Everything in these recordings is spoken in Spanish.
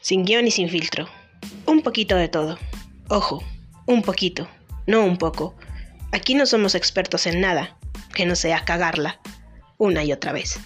sin guión y sin filtro. Un poquito de todo. Ojo, un poquito, no un poco. Aquí no somos expertos en nada, que no sea cagarla, una y otra vez.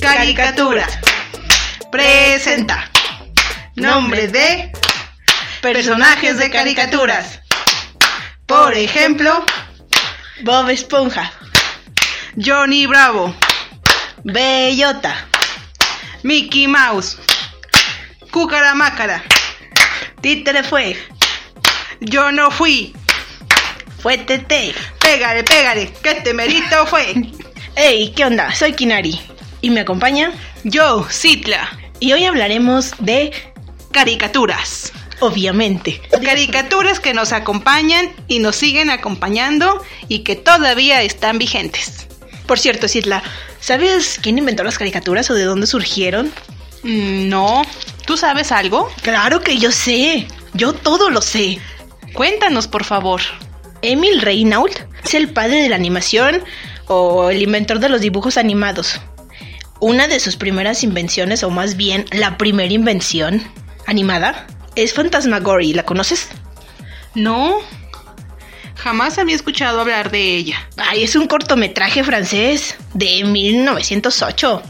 Caricatura. Presenta. Nombre de personajes de caricaturas. Por ejemplo, Bob Esponja, Johnny Bravo, Bellota, Mickey Mouse, Cúcara Mácara, Títere fue, Yo no fui, fue Tete. Pégale, pégale, que este merito fue. Hey, ¿qué onda? Soy Kinari y me acompaña Yo, Citla, y hoy hablaremos de, caricaturas. obviamente, Caricaturas que nos acompañan y nos siguen acompañando y que todavía están vigentes. Por cierto, Isla, ¿sabes quién inventó las caricaturas o de dónde surgieron? Mm, No, ¿tú sabes algo? Claro que yo sé, yo todo lo sé. Cuéntanos, por favor. Emil Reinault es el padre de la animación o el inventor de los dibujos animados. Una de sus primeras invenciones, o más bien la primera invención animada, es Fantasmagory. ¿La conoces? No, jamás había escuchado hablar de ella. Ay, es un cortometraje francés de 1908.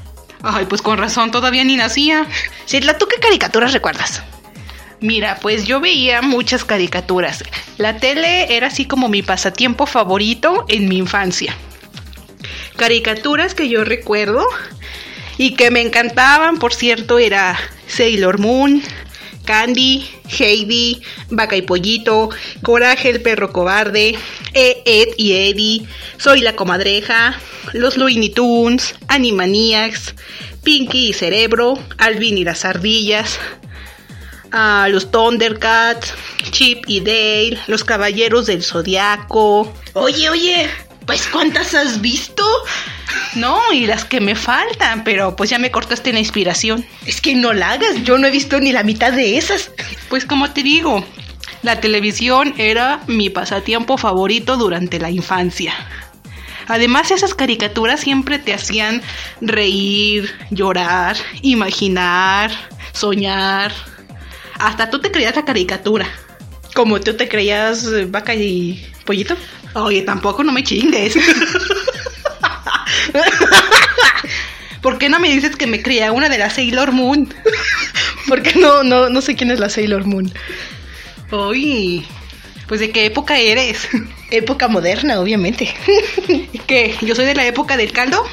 Ay, pues con razón, todavía ni nacía. Sidla, ¿tú qué caricaturas recuerdas? Mira, pues yo veía muchas caricaturas. La tele era así como mi pasatiempo favorito en mi infancia. Caricaturas que yo recuerdo y que me encantaban, por cierto, era Sailor Moon, Candy, Heidi, Vaca y Pollito, Coraje el perro cobarde, E, Ed y Eddie, Soy la comadreja, Los Looney Tunes, Animaniacs, Pinky y Cerebro, Alvin y las ardillas, a los Thundercats, Chip y Dale, los Caballeros del Zodiaco, Oye, oye, pues ¿cuántas has visto? no, y las que me faltan, pero pues ya me cortaste la inspiración. Es que no la hagas, yo no he visto ni la mitad de esas. Pues como te digo, la televisión era mi pasatiempo favorito durante la infancia. Además esas caricaturas siempre te hacían reír, llorar, imaginar, soñar. Hasta tú te creías la caricatura. Como tú te creías eh, vaca y pollito. Oye, tampoco no me chingues. ¿Por qué no me dices que me creía una de las Sailor Moon? Porque no, no, no sé quién es la Sailor Moon. Uy, pues de qué época eres. Época moderna, obviamente. ¿Qué? ¿Yo soy de la época del caldo?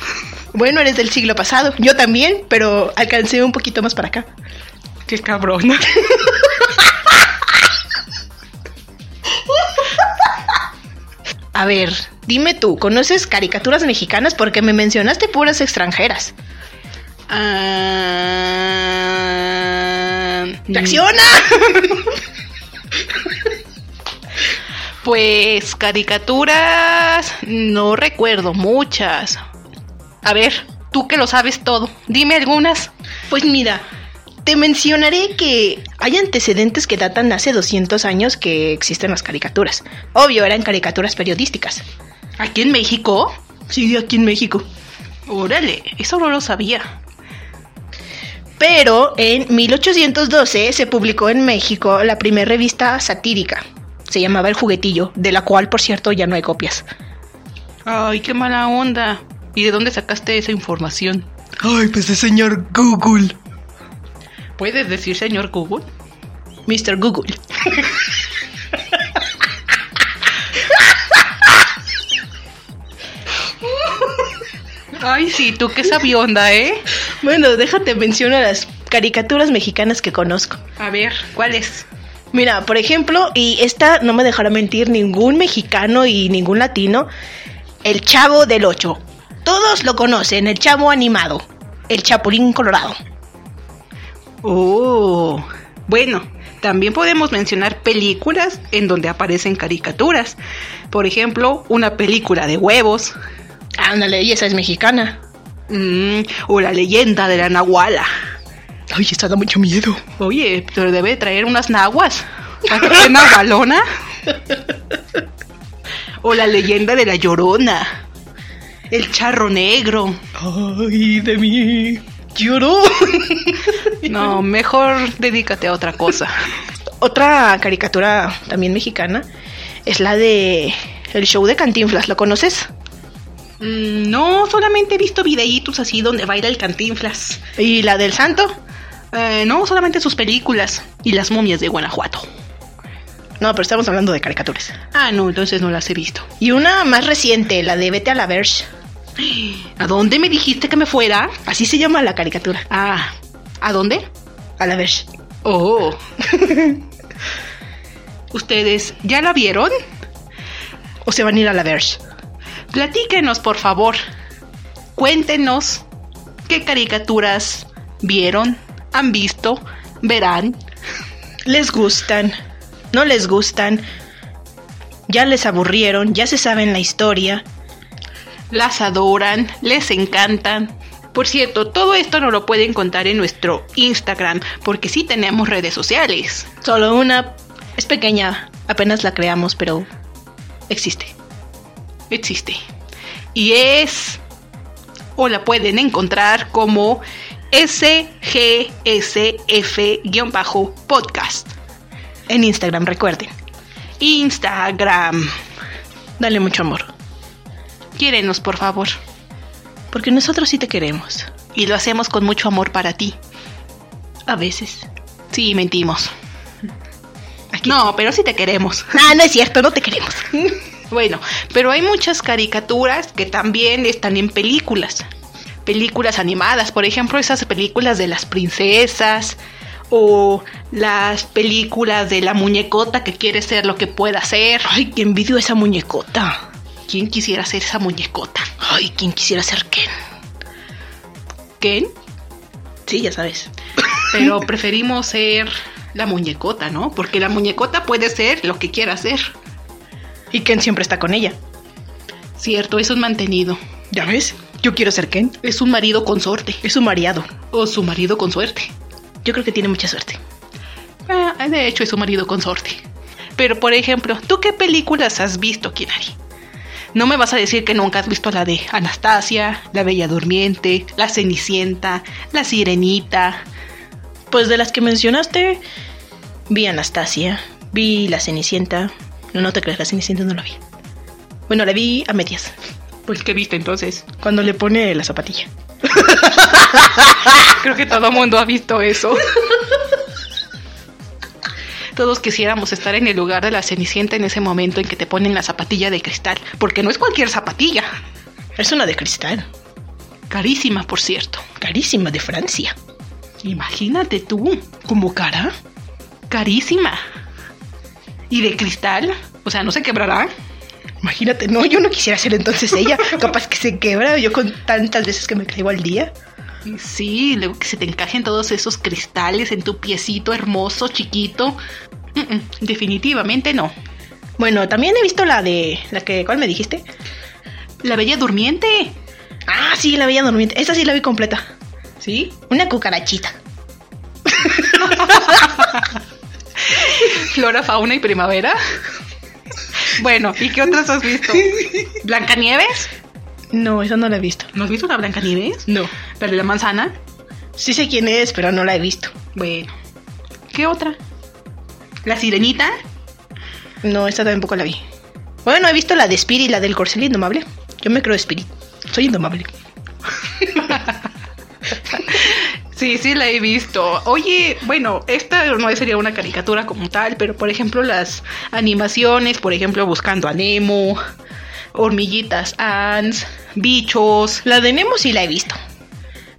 Bueno, eres del siglo pasado. Yo también, pero alcancé un poquito más para acá. Qué cabrona. A ver, dime tú, ¿conoces caricaturas mexicanas? Porque me mencionaste puras extranjeras. Ah, Mm. ¡Reacciona! Pues caricaturas, no recuerdo muchas. A ver, tú que lo sabes todo, dime algunas. Pues mira, te mencionaré que hay antecedentes que datan hace 200 años que existen las caricaturas. Obvio, eran caricaturas periodísticas. ¿Aquí en México? Sí, aquí en México. Órale, eso no lo sabía. Pero en 1812 se publicó en México la primera revista satírica. Se llamaba El Juguetillo, de la cual, por cierto, ya no hay copias. Ay, qué mala onda. ¿Y de dónde sacaste esa información? Ay, pues el señor Google. ¿Puedes decir, señor Google? Mr. Google. Ay, sí, tú qué sabionda, ¿eh? Bueno, déjate mencionar las caricaturas mexicanas que conozco. A ver, ¿cuál es? Mira, por ejemplo, y esta no me dejará mentir ningún mexicano y ningún latino, El Chavo del Ocho. Todos lo conocen, el Chavo animado, el Chapulín Colorado. Oh, bueno, También podemos mencionar películas en donde aparecen caricaturas. Por ejemplo, una película de huevos. Ándale, y esa es mexicana. mm, o la leyenda de la Nahuala. Ay, está da mucho miedo. Oye, pero debe traer unas nahuas. Una balona. O la leyenda de la llorona. El charro negro. Ay, de mí. Lloró. No, mejor dedícate a otra cosa. Otra caricatura también mexicana es la de el show de Cantinflas. ¿Lo conoces? Mm, No, solamente he visto videitos así donde baila el cantinflas. ¿Y la del santo? Eh, no, solamente sus películas y las momias de Guanajuato. No, pero estamos hablando de caricaturas. Ah, no, entonces no las he visto. Y una más reciente, la de Vete a la Verge. ¿A dónde me dijiste que me fuera? Así se llama la caricatura. Ah, ¿a dónde? A la Verge. Oh. ¿Ustedes ya la vieron? O se van a ir a la Verge. Platíquenos, por favor. Cuéntenos qué caricaturas vieron, han visto, verán. Les gustan, no les gustan, ya les aburrieron, ya se saben la historia. las adoran, les encantan. Por cierto, todo esto nos lo pueden contar en nuestro Instagram, porque sí tenemos redes sociales. Solo una es pequeña, apenas la creamos, pero existe. Existe. Y es, o la pueden encontrar como SGSF-podcast. En Instagram, recuerden. Instagram. Dale mucho amor, Quiérenos, por favor. porque nosotros sí te queremos. Y lo hacemos con mucho amor para ti. A veces. Sí, mentimos. No, pero sí te queremos. Ah, no es cierto, no te queremos. Bueno, pero hay muchas caricaturas que también están en películas. Películas animadas, por ejemplo, esas películas de las princesas o las películas de la muñecota que quiere ser lo que pueda ser. Ay, que envidio esa muñecota. ¿Quién quisiera ser esa muñecota? Ah, Ay, ¿quién quisiera ser Ken? ¿Quién? Sí, ya sabes. Pero preferimos ser la muñecota, ¿no? Porque la muñecota puede ser lo que quiera ser. Y Ken siempre está con ella. Cierto, es un mantenido. ¿Ya ves? Yo quiero ser Ken. Es un marido consorte. Es su mareado. O su marido con suerte. Yo creo que tiene mucha suerte. Ah, de hecho, es su marido consorte. Pero, por ejemplo, ¿tú qué películas has visto, Kinari? No me vas a decir que nunca has visto la de Anastasia, La Bella Durmiente, La Cenicienta, La Sirenita. Pues de las que mencionaste, vi a Anastasia, vi la Cenicienta. No, no te creas, la Cenicienta no la vi. Bueno, la vi a medias, Pues, ¿qué viste entonces? cuando le pone la zapatilla. Creo que todo mundo ha visto eso. Todos quisiéramos estar en el lugar de la Cenicienta en ese momento en que te ponen la zapatilla de cristal, porque no es cualquier zapatilla. Es una de cristal, Carísima, por cierto. carísima de Francia. Imagínate tú, como cara, carísima. Y de cristal, o sea, no se quebrará. Imagínate, no, yo no quisiera ser entonces ella. Capaz que se quebra yo con tantas veces que me caigo al día. Y Sí, luego que se te encajen todos esos cristales en tu piecito hermoso, chiquito. Mm, mm, definitivamente no. Bueno, también he visto la de la que ¿cuál me dijiste? La bella durmiente. Ah, sí, la Bella Durmiente. Esa sí la vi completa. ¿Sí? Una cucarachita. Flora, fauna y primavera. Bueno, ¿y qué otras has visto? ¿Blancanieves? No, esa no la he visto. ¿No has visto una Blancanieves? No. ¿La de la manzana? Sí sé quién es, pero no la he visto. Bueno. ¿Qué otra? ¿La sirenita? No, esta tampoco la vi. Bueno, he visto la de Spirit y la del corcel indomable. Yo me creo Spirit. Soy indomable. Sí, sí, la he visto. Oye, bueno, esta no sería una caricatura como tal, pero por ejemplo las animaciones, por ejemplo Buscando a Nemo, Hormiguitas Ants, Bichos, La de Nemo sí la he visto.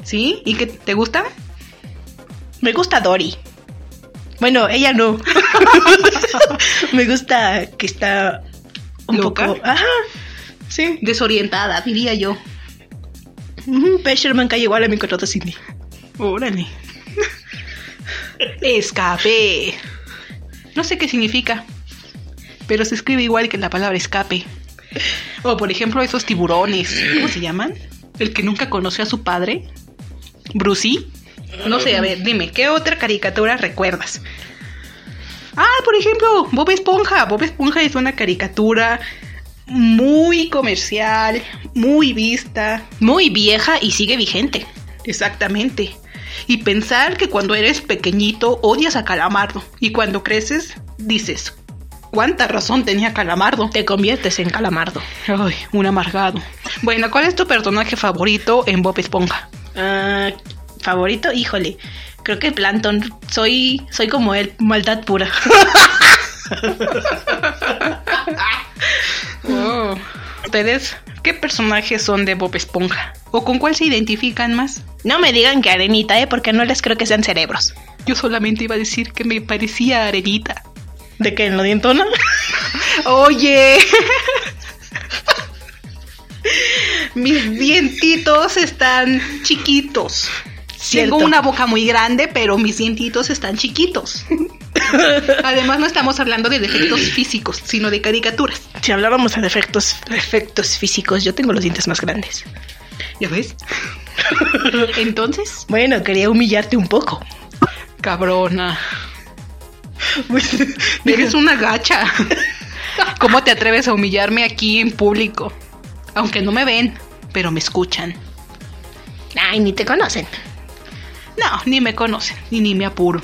¿sí? ¿Y qué te gusta? Me gusta Dory. Bueno, ella no. me gusta que está un ¿Loca? poco. Ajá. Sí. Desorientada, diría yo. Ujú, P. Sherman cae igual a mi corota Cindy. Órale. Escapé. No sé qué significa, pero se escribe igual que la palabra escape. O por ejemplo esos tiburones, ¿cómo se llaman? El que nunca conoció a su padre, Brucey. No sé, a ver, dime, ¿qué otra caricatura recuerdas? Ah, por ejemplo, Bob Esponja. Bob Esponja es una caricatura muy comercial, muy vista. Muy vieja y sigue vigente. Exactamente. Y pensar que cuando eres pequeñito odias a Calamardo. Y cuando creces, dices, ¿cuánta razón tenía Calamardo? Te conviertes en calamardo. Ay, un amargado. Bueno, ¿cuál es tu personaje favorito en Bob Esponja? Ah, favorito, híjole. Creo que Planton. Soy, soy como él, maldad pura. Oh, ¿Ustedes qué personajes son de Bob Esponja? ¿O con cuál se identifican más? No me digan que arenita, ¿eh? Porque no les creo que sean cerebros. Yo solamente iba a decir que me parecía a Arenita. ¿De qué? ¿En lo dientona? Oye. Mis dientitos están chiquitos. Cierto. Tengo una boca muy grande, pero mis dientitos están chiquitos. Además, no estamos hablando de defectos físicos, sino de caricaturas. Si hablábamos de efectos, efectos físicos, yo tengo los dientes más grandes. ¿Ya ves? Entonces, Bueno, quería humillarte un poco. cabrona, eres una gacha. ¿Cómo te atreves a humillarme aquí en público? Aunque no me ven, pero me escuchan. Ay, ni te conocen. No, ni me conocen, ni, ni me apuro.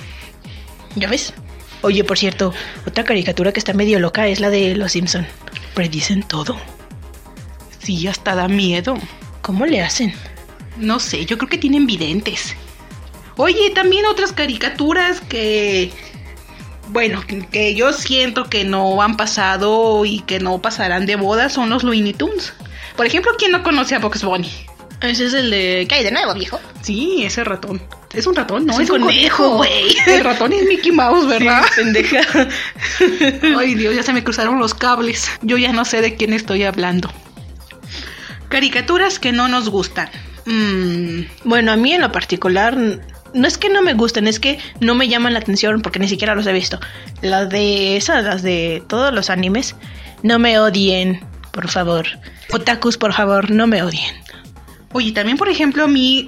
¿Ya ves? Oye, por cierto, otra caricatura que está medio loca es la de Los Simpson. Predicen todo. Sí, hasta da miedo. ¿Cómo le hacen? No sé, yo creo que tienen videntes. Oye, también otras caricaturas que. Bueno, que- que yo siento que no han pasado y que no pasarán de boda son los Looney Tunes. Por ejemplo, ¿quién no conoce a Box Bunny? Ese es el de... ¿Qué hay de nuevo, viejo? Sí, ese ratón. Es un ratón, ¿no? Es un conejo, güey. El ratón es Mickey Mouse, ¿verdad? pendeja. Ay, Dios, ya se me cruzaron los cables. Yo ya no sé de quién estoy hablando. Caricaturas que no nos gustan. Mm, Bueno, a mí en lo particular, n- no es que no me gusten, es que no me llaman la atención porque ni siquiera los he visto. Las de esas, las de todos los animes, no me odien, por favor. Otakus, por favor, no me odien. Oye, también, por ejemplo, a mí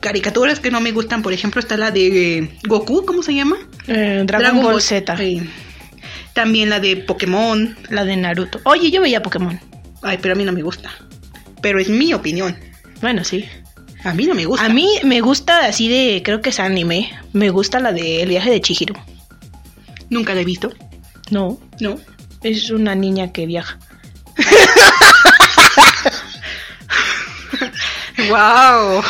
caricaturas que no me gustan, por ejemplo, está la de eh, Goku, ¿cómo se llama? Eh, Dragon, Ball, Z, Sí. También la de Pokémon. la de Naruto. Oye, yo veía Pokémon. Ay, pero a mí no me gusta. Pero es mi opinión. Bueno, sí. A mí no me gusta. A mí me gusta así de, creo que es anime, me gusta la de El viaje de Chihiro. nunca la he visto. No, No. es una niña que viaja. Wow.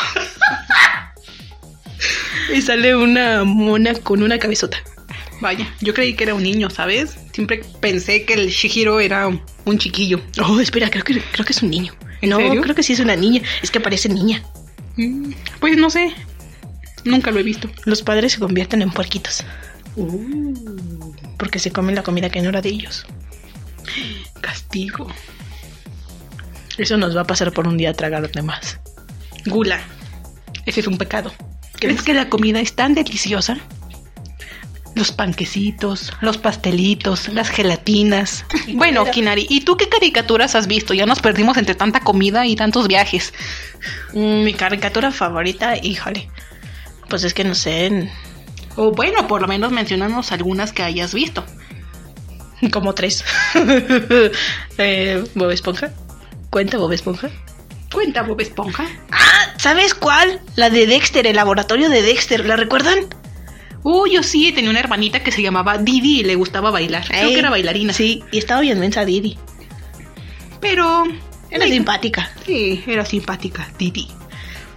Y sale una mona con una cabezota. Vaya, yo creí que era un niño, ¿sabes? Siempre pensé que el Shihiro era un chiquillo. Oh, espera, creo que, creo que es un niño. ¿En no, serio? creo que sí es una niña. Es que parece niña. Mm, Pues no sé. Nunca lo he visto. Los padres se convierten en puerquitos Uh. porque se comen la comida que no era de ellos. Castigo. Eso nos va a pasar por un día tragar de más. Gula. Ese es un pecado. ¿Crees? ¿Crees que la comida es tan deliciosa? Los panquecitos, los pastelitos, las gelatinas. Bueno, Pero- Kinari, ¿y tú qué caricaturas has visto? Ya nos perdimos entre tanta comida y tantos viajes. Mm, Mi caricatura favorita, híjole. Pues es que no sé, en- O bueno, por lo menos mencionamos algunas que hayas visto. como tres. eh, Bob Esponja. ¿Cuenta Bob Esponja? Cuenta Bob Esponja. Ah, ¿sabes cuál? La de Dexter, el laboratorio de Dexter. ¿La recuerdan? Uh, yo sí, tenía una hermanita que se llamaba Didi y le gustaba bailar. Creo Ey, que era bailarina. Sí, y estaba bien mensa Didi. Pero... Era Ay, simpática. Sí, era simpática, Didi.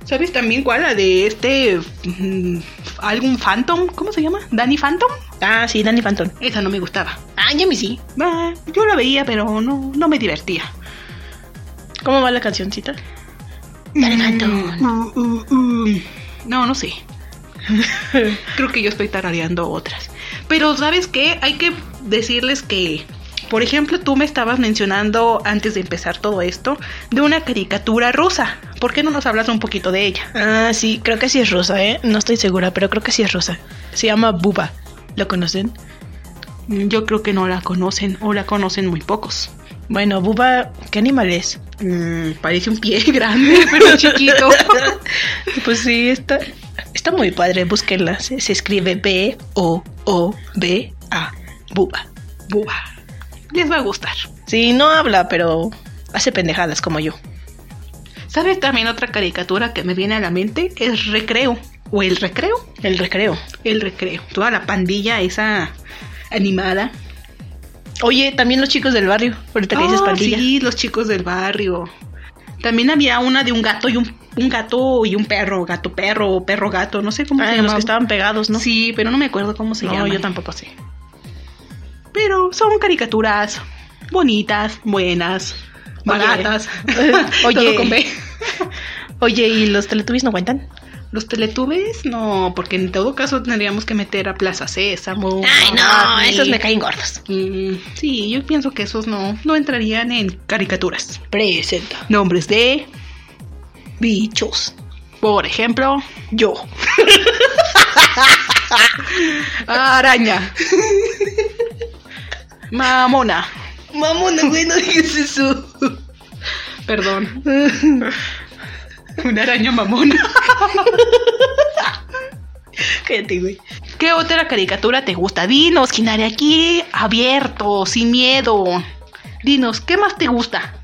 ¿Sabes también cuál? La de este. mm, álbum Phantom. ¿Cómo se llama? ¿Danny Phantom? Ah, sí, Danny Phantom. Esa no me gustaba. Ah, ya me sí. Ah, yo la veía, pero no, no me divertía. ¿Cómo va la cancioncita? Danny Phantom. Mm, mm, mm. No, no sé. Creo que yo estoy tarareando otras. Pero, ¿sabes qué? Hay que decirles que. Por ejemplo, tú me estabas mencionando antes de empezar todo esto de una caricatura rusa. ¿Por qué no nos hablas un poquito de ella? Ah, sí, creo que sí es rusa, ¿eh? No estoy segura, pero creo que sí es rusa. Se llama Buba. ¿Lo conocen? Yo creo que no la conocen o la conocen muy pocos. Bueno, Buba, ¿qué animal es? Mm, parece un pie grande, pero chiquito. pues sí, está, está muy padre, búsquenla. Se, se escribe B-O-O-B-A. Buba. Buba. Les va a gustar. Sí, no habla, pero hace pendejadas como yo. ¿Sabes también otra caricatura que me viene a la mente? Es Recreo. ¿O El Recreo? El recreo. El Recreo. Toda la pandilla esa animada. Oye, también los chicos del barrio. Ahorita que dices Ah, pandilla. Sí, los chicos del barrio. También había una de un gato y un, un gato y un perro, gato perro, o perro gato, no sé cómo Ah, se los llamaba. que estaban pegados, ¿no? Sí, pero no me acuerdo cómo se No, llama. yo tampoco sé. Pero son caricaturas bonitas, buenas, Oye. baratas. Oye. Todo con B. Oye, ¿y los Teletubbies no cuentan? Los teletubes, no, porque en todo caso tendríamos que meter a Plaza Sésamo. Ay, no, a Barney. esos me caen gordos. Mm, sí, yo pienso que esos no, no entrarían en caricaturas. Presenta. Nombres de, Bichos. por ejemplo, Yo. araña. Mamona. Mamona, güey, no digas eso. Perdón. Una araña mamona. Cállate, güey. ¿Qué otra caricatura te gusta? Dinos, Kinare, aquí abierto, sin miedo. Dinos, ¿qué más te gusta?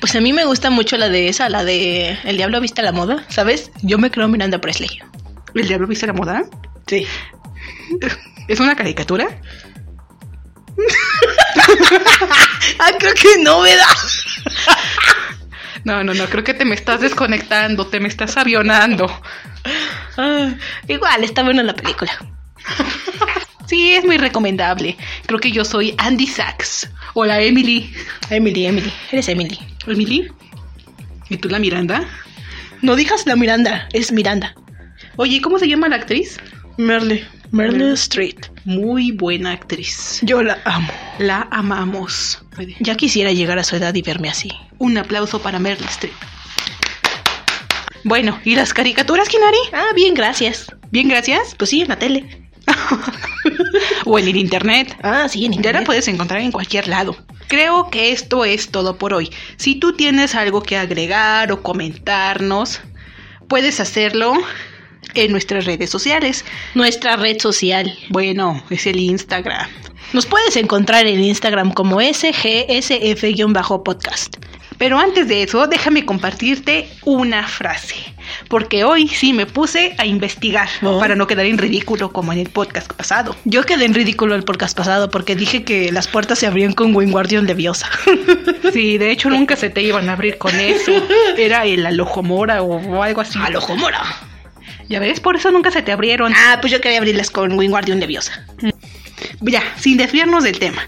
Pues a mí me gusta mucho la de esa, la de El Diablo Viste a la Moda, ¿sabes? Yo me creo Miranda Presley. ¿El diablo viste la moda? Sí. ¿Es una caricatura? Ah, creo que no, ¿verdad? No, no, no, creo que te me estás desconectando, te me estás avionando. Ah, igual, está buena la película. Sí, es muy recomendable. Creo que yo soy Andy Sachs. Hola, Emily. Emily, Emily, eres Emily. ¿Emily? ¿Y tú la Miranda? No digas la Miranda, es Miranda. Oye, ¿cómo se llama la actriz? Merle, Merle. Merle Street. Muy buena actriz. Yo la amo. La amamos. Ya quisiera llegar a su edad y verme así. Un aplauso para Meryl Streep. Bueno, ¿y las caricaturas, Kinari? Ah, bien, gracias. Bien, gracias. Pues sí, en la tele. o en el internet. Ah, sí, en Ya la internet. puedes encontrar en cualquier lado. Creo que esto es todo por hoy. Si tú tienes algo que agregar o comentarnos, puedes hacerlo en nuestras redes sociales. Nuestra red social. Bueno, es el Instagram. Nos puedes encontrar en Instagram como SGSF-podcast. Pero antes de eso, déjame compartirte una frase. Porque hoy sí me puse a investigar Oh. para no quedar en ridículo como en el podcast pasado. Yo quedé en ridículo el podcast pasado porque dije que las puertas se abrían con Wingardium Leviosa. Sí, de hecho nunca se te iban a abrir con eso. Era el alojomora o algo así. ojo mora! Ya ves, por eso nunca se te abrieron. Ah, pues yo quería abrirlas con Wingardium Leviosa. Ya, sin desviarnos del tema,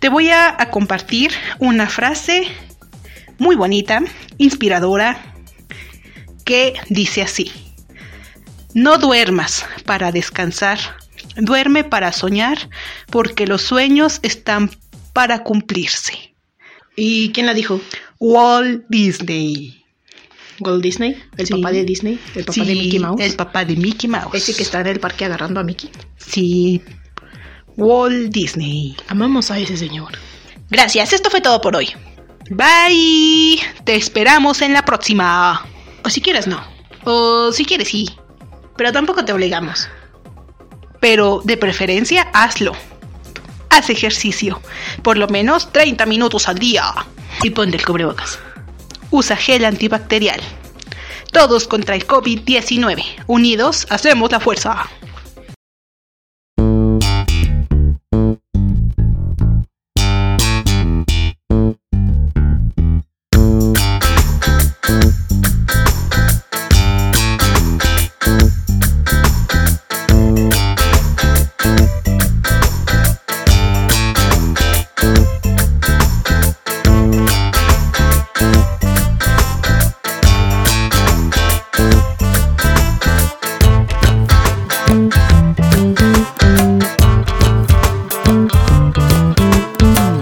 te voy a, a compartir una frase muy bonita, inspiradora, que dice así. No duermas para descansar, duerme para soñar, porque los sueños están para cumplirse. ¿Y quién la dijo? Walt Disney. ¿Gold Disney? ¿El Sí. papá de Disney? ¿El papá de Sí, Mickey Mouse? El papá de Mickey Mouse. ¿Ese que está en el parque agarrando a Mickey? Sí. Walt Disney. Amamos a ese señor. Gracias, esto fue todo por hoy. Bye. Te esperamos en la próxima. O si quieres, no. O si quieres, sí. Pero tampoco te obligamos. Pero de preferencia, hazlo. Haz ejercicio. Por lo menos 30 minutos al día. Y ponte el cubrebocas. Usa gel antibacterial. Todos contra el COVID-19. Unidos, hacemos la fuerza.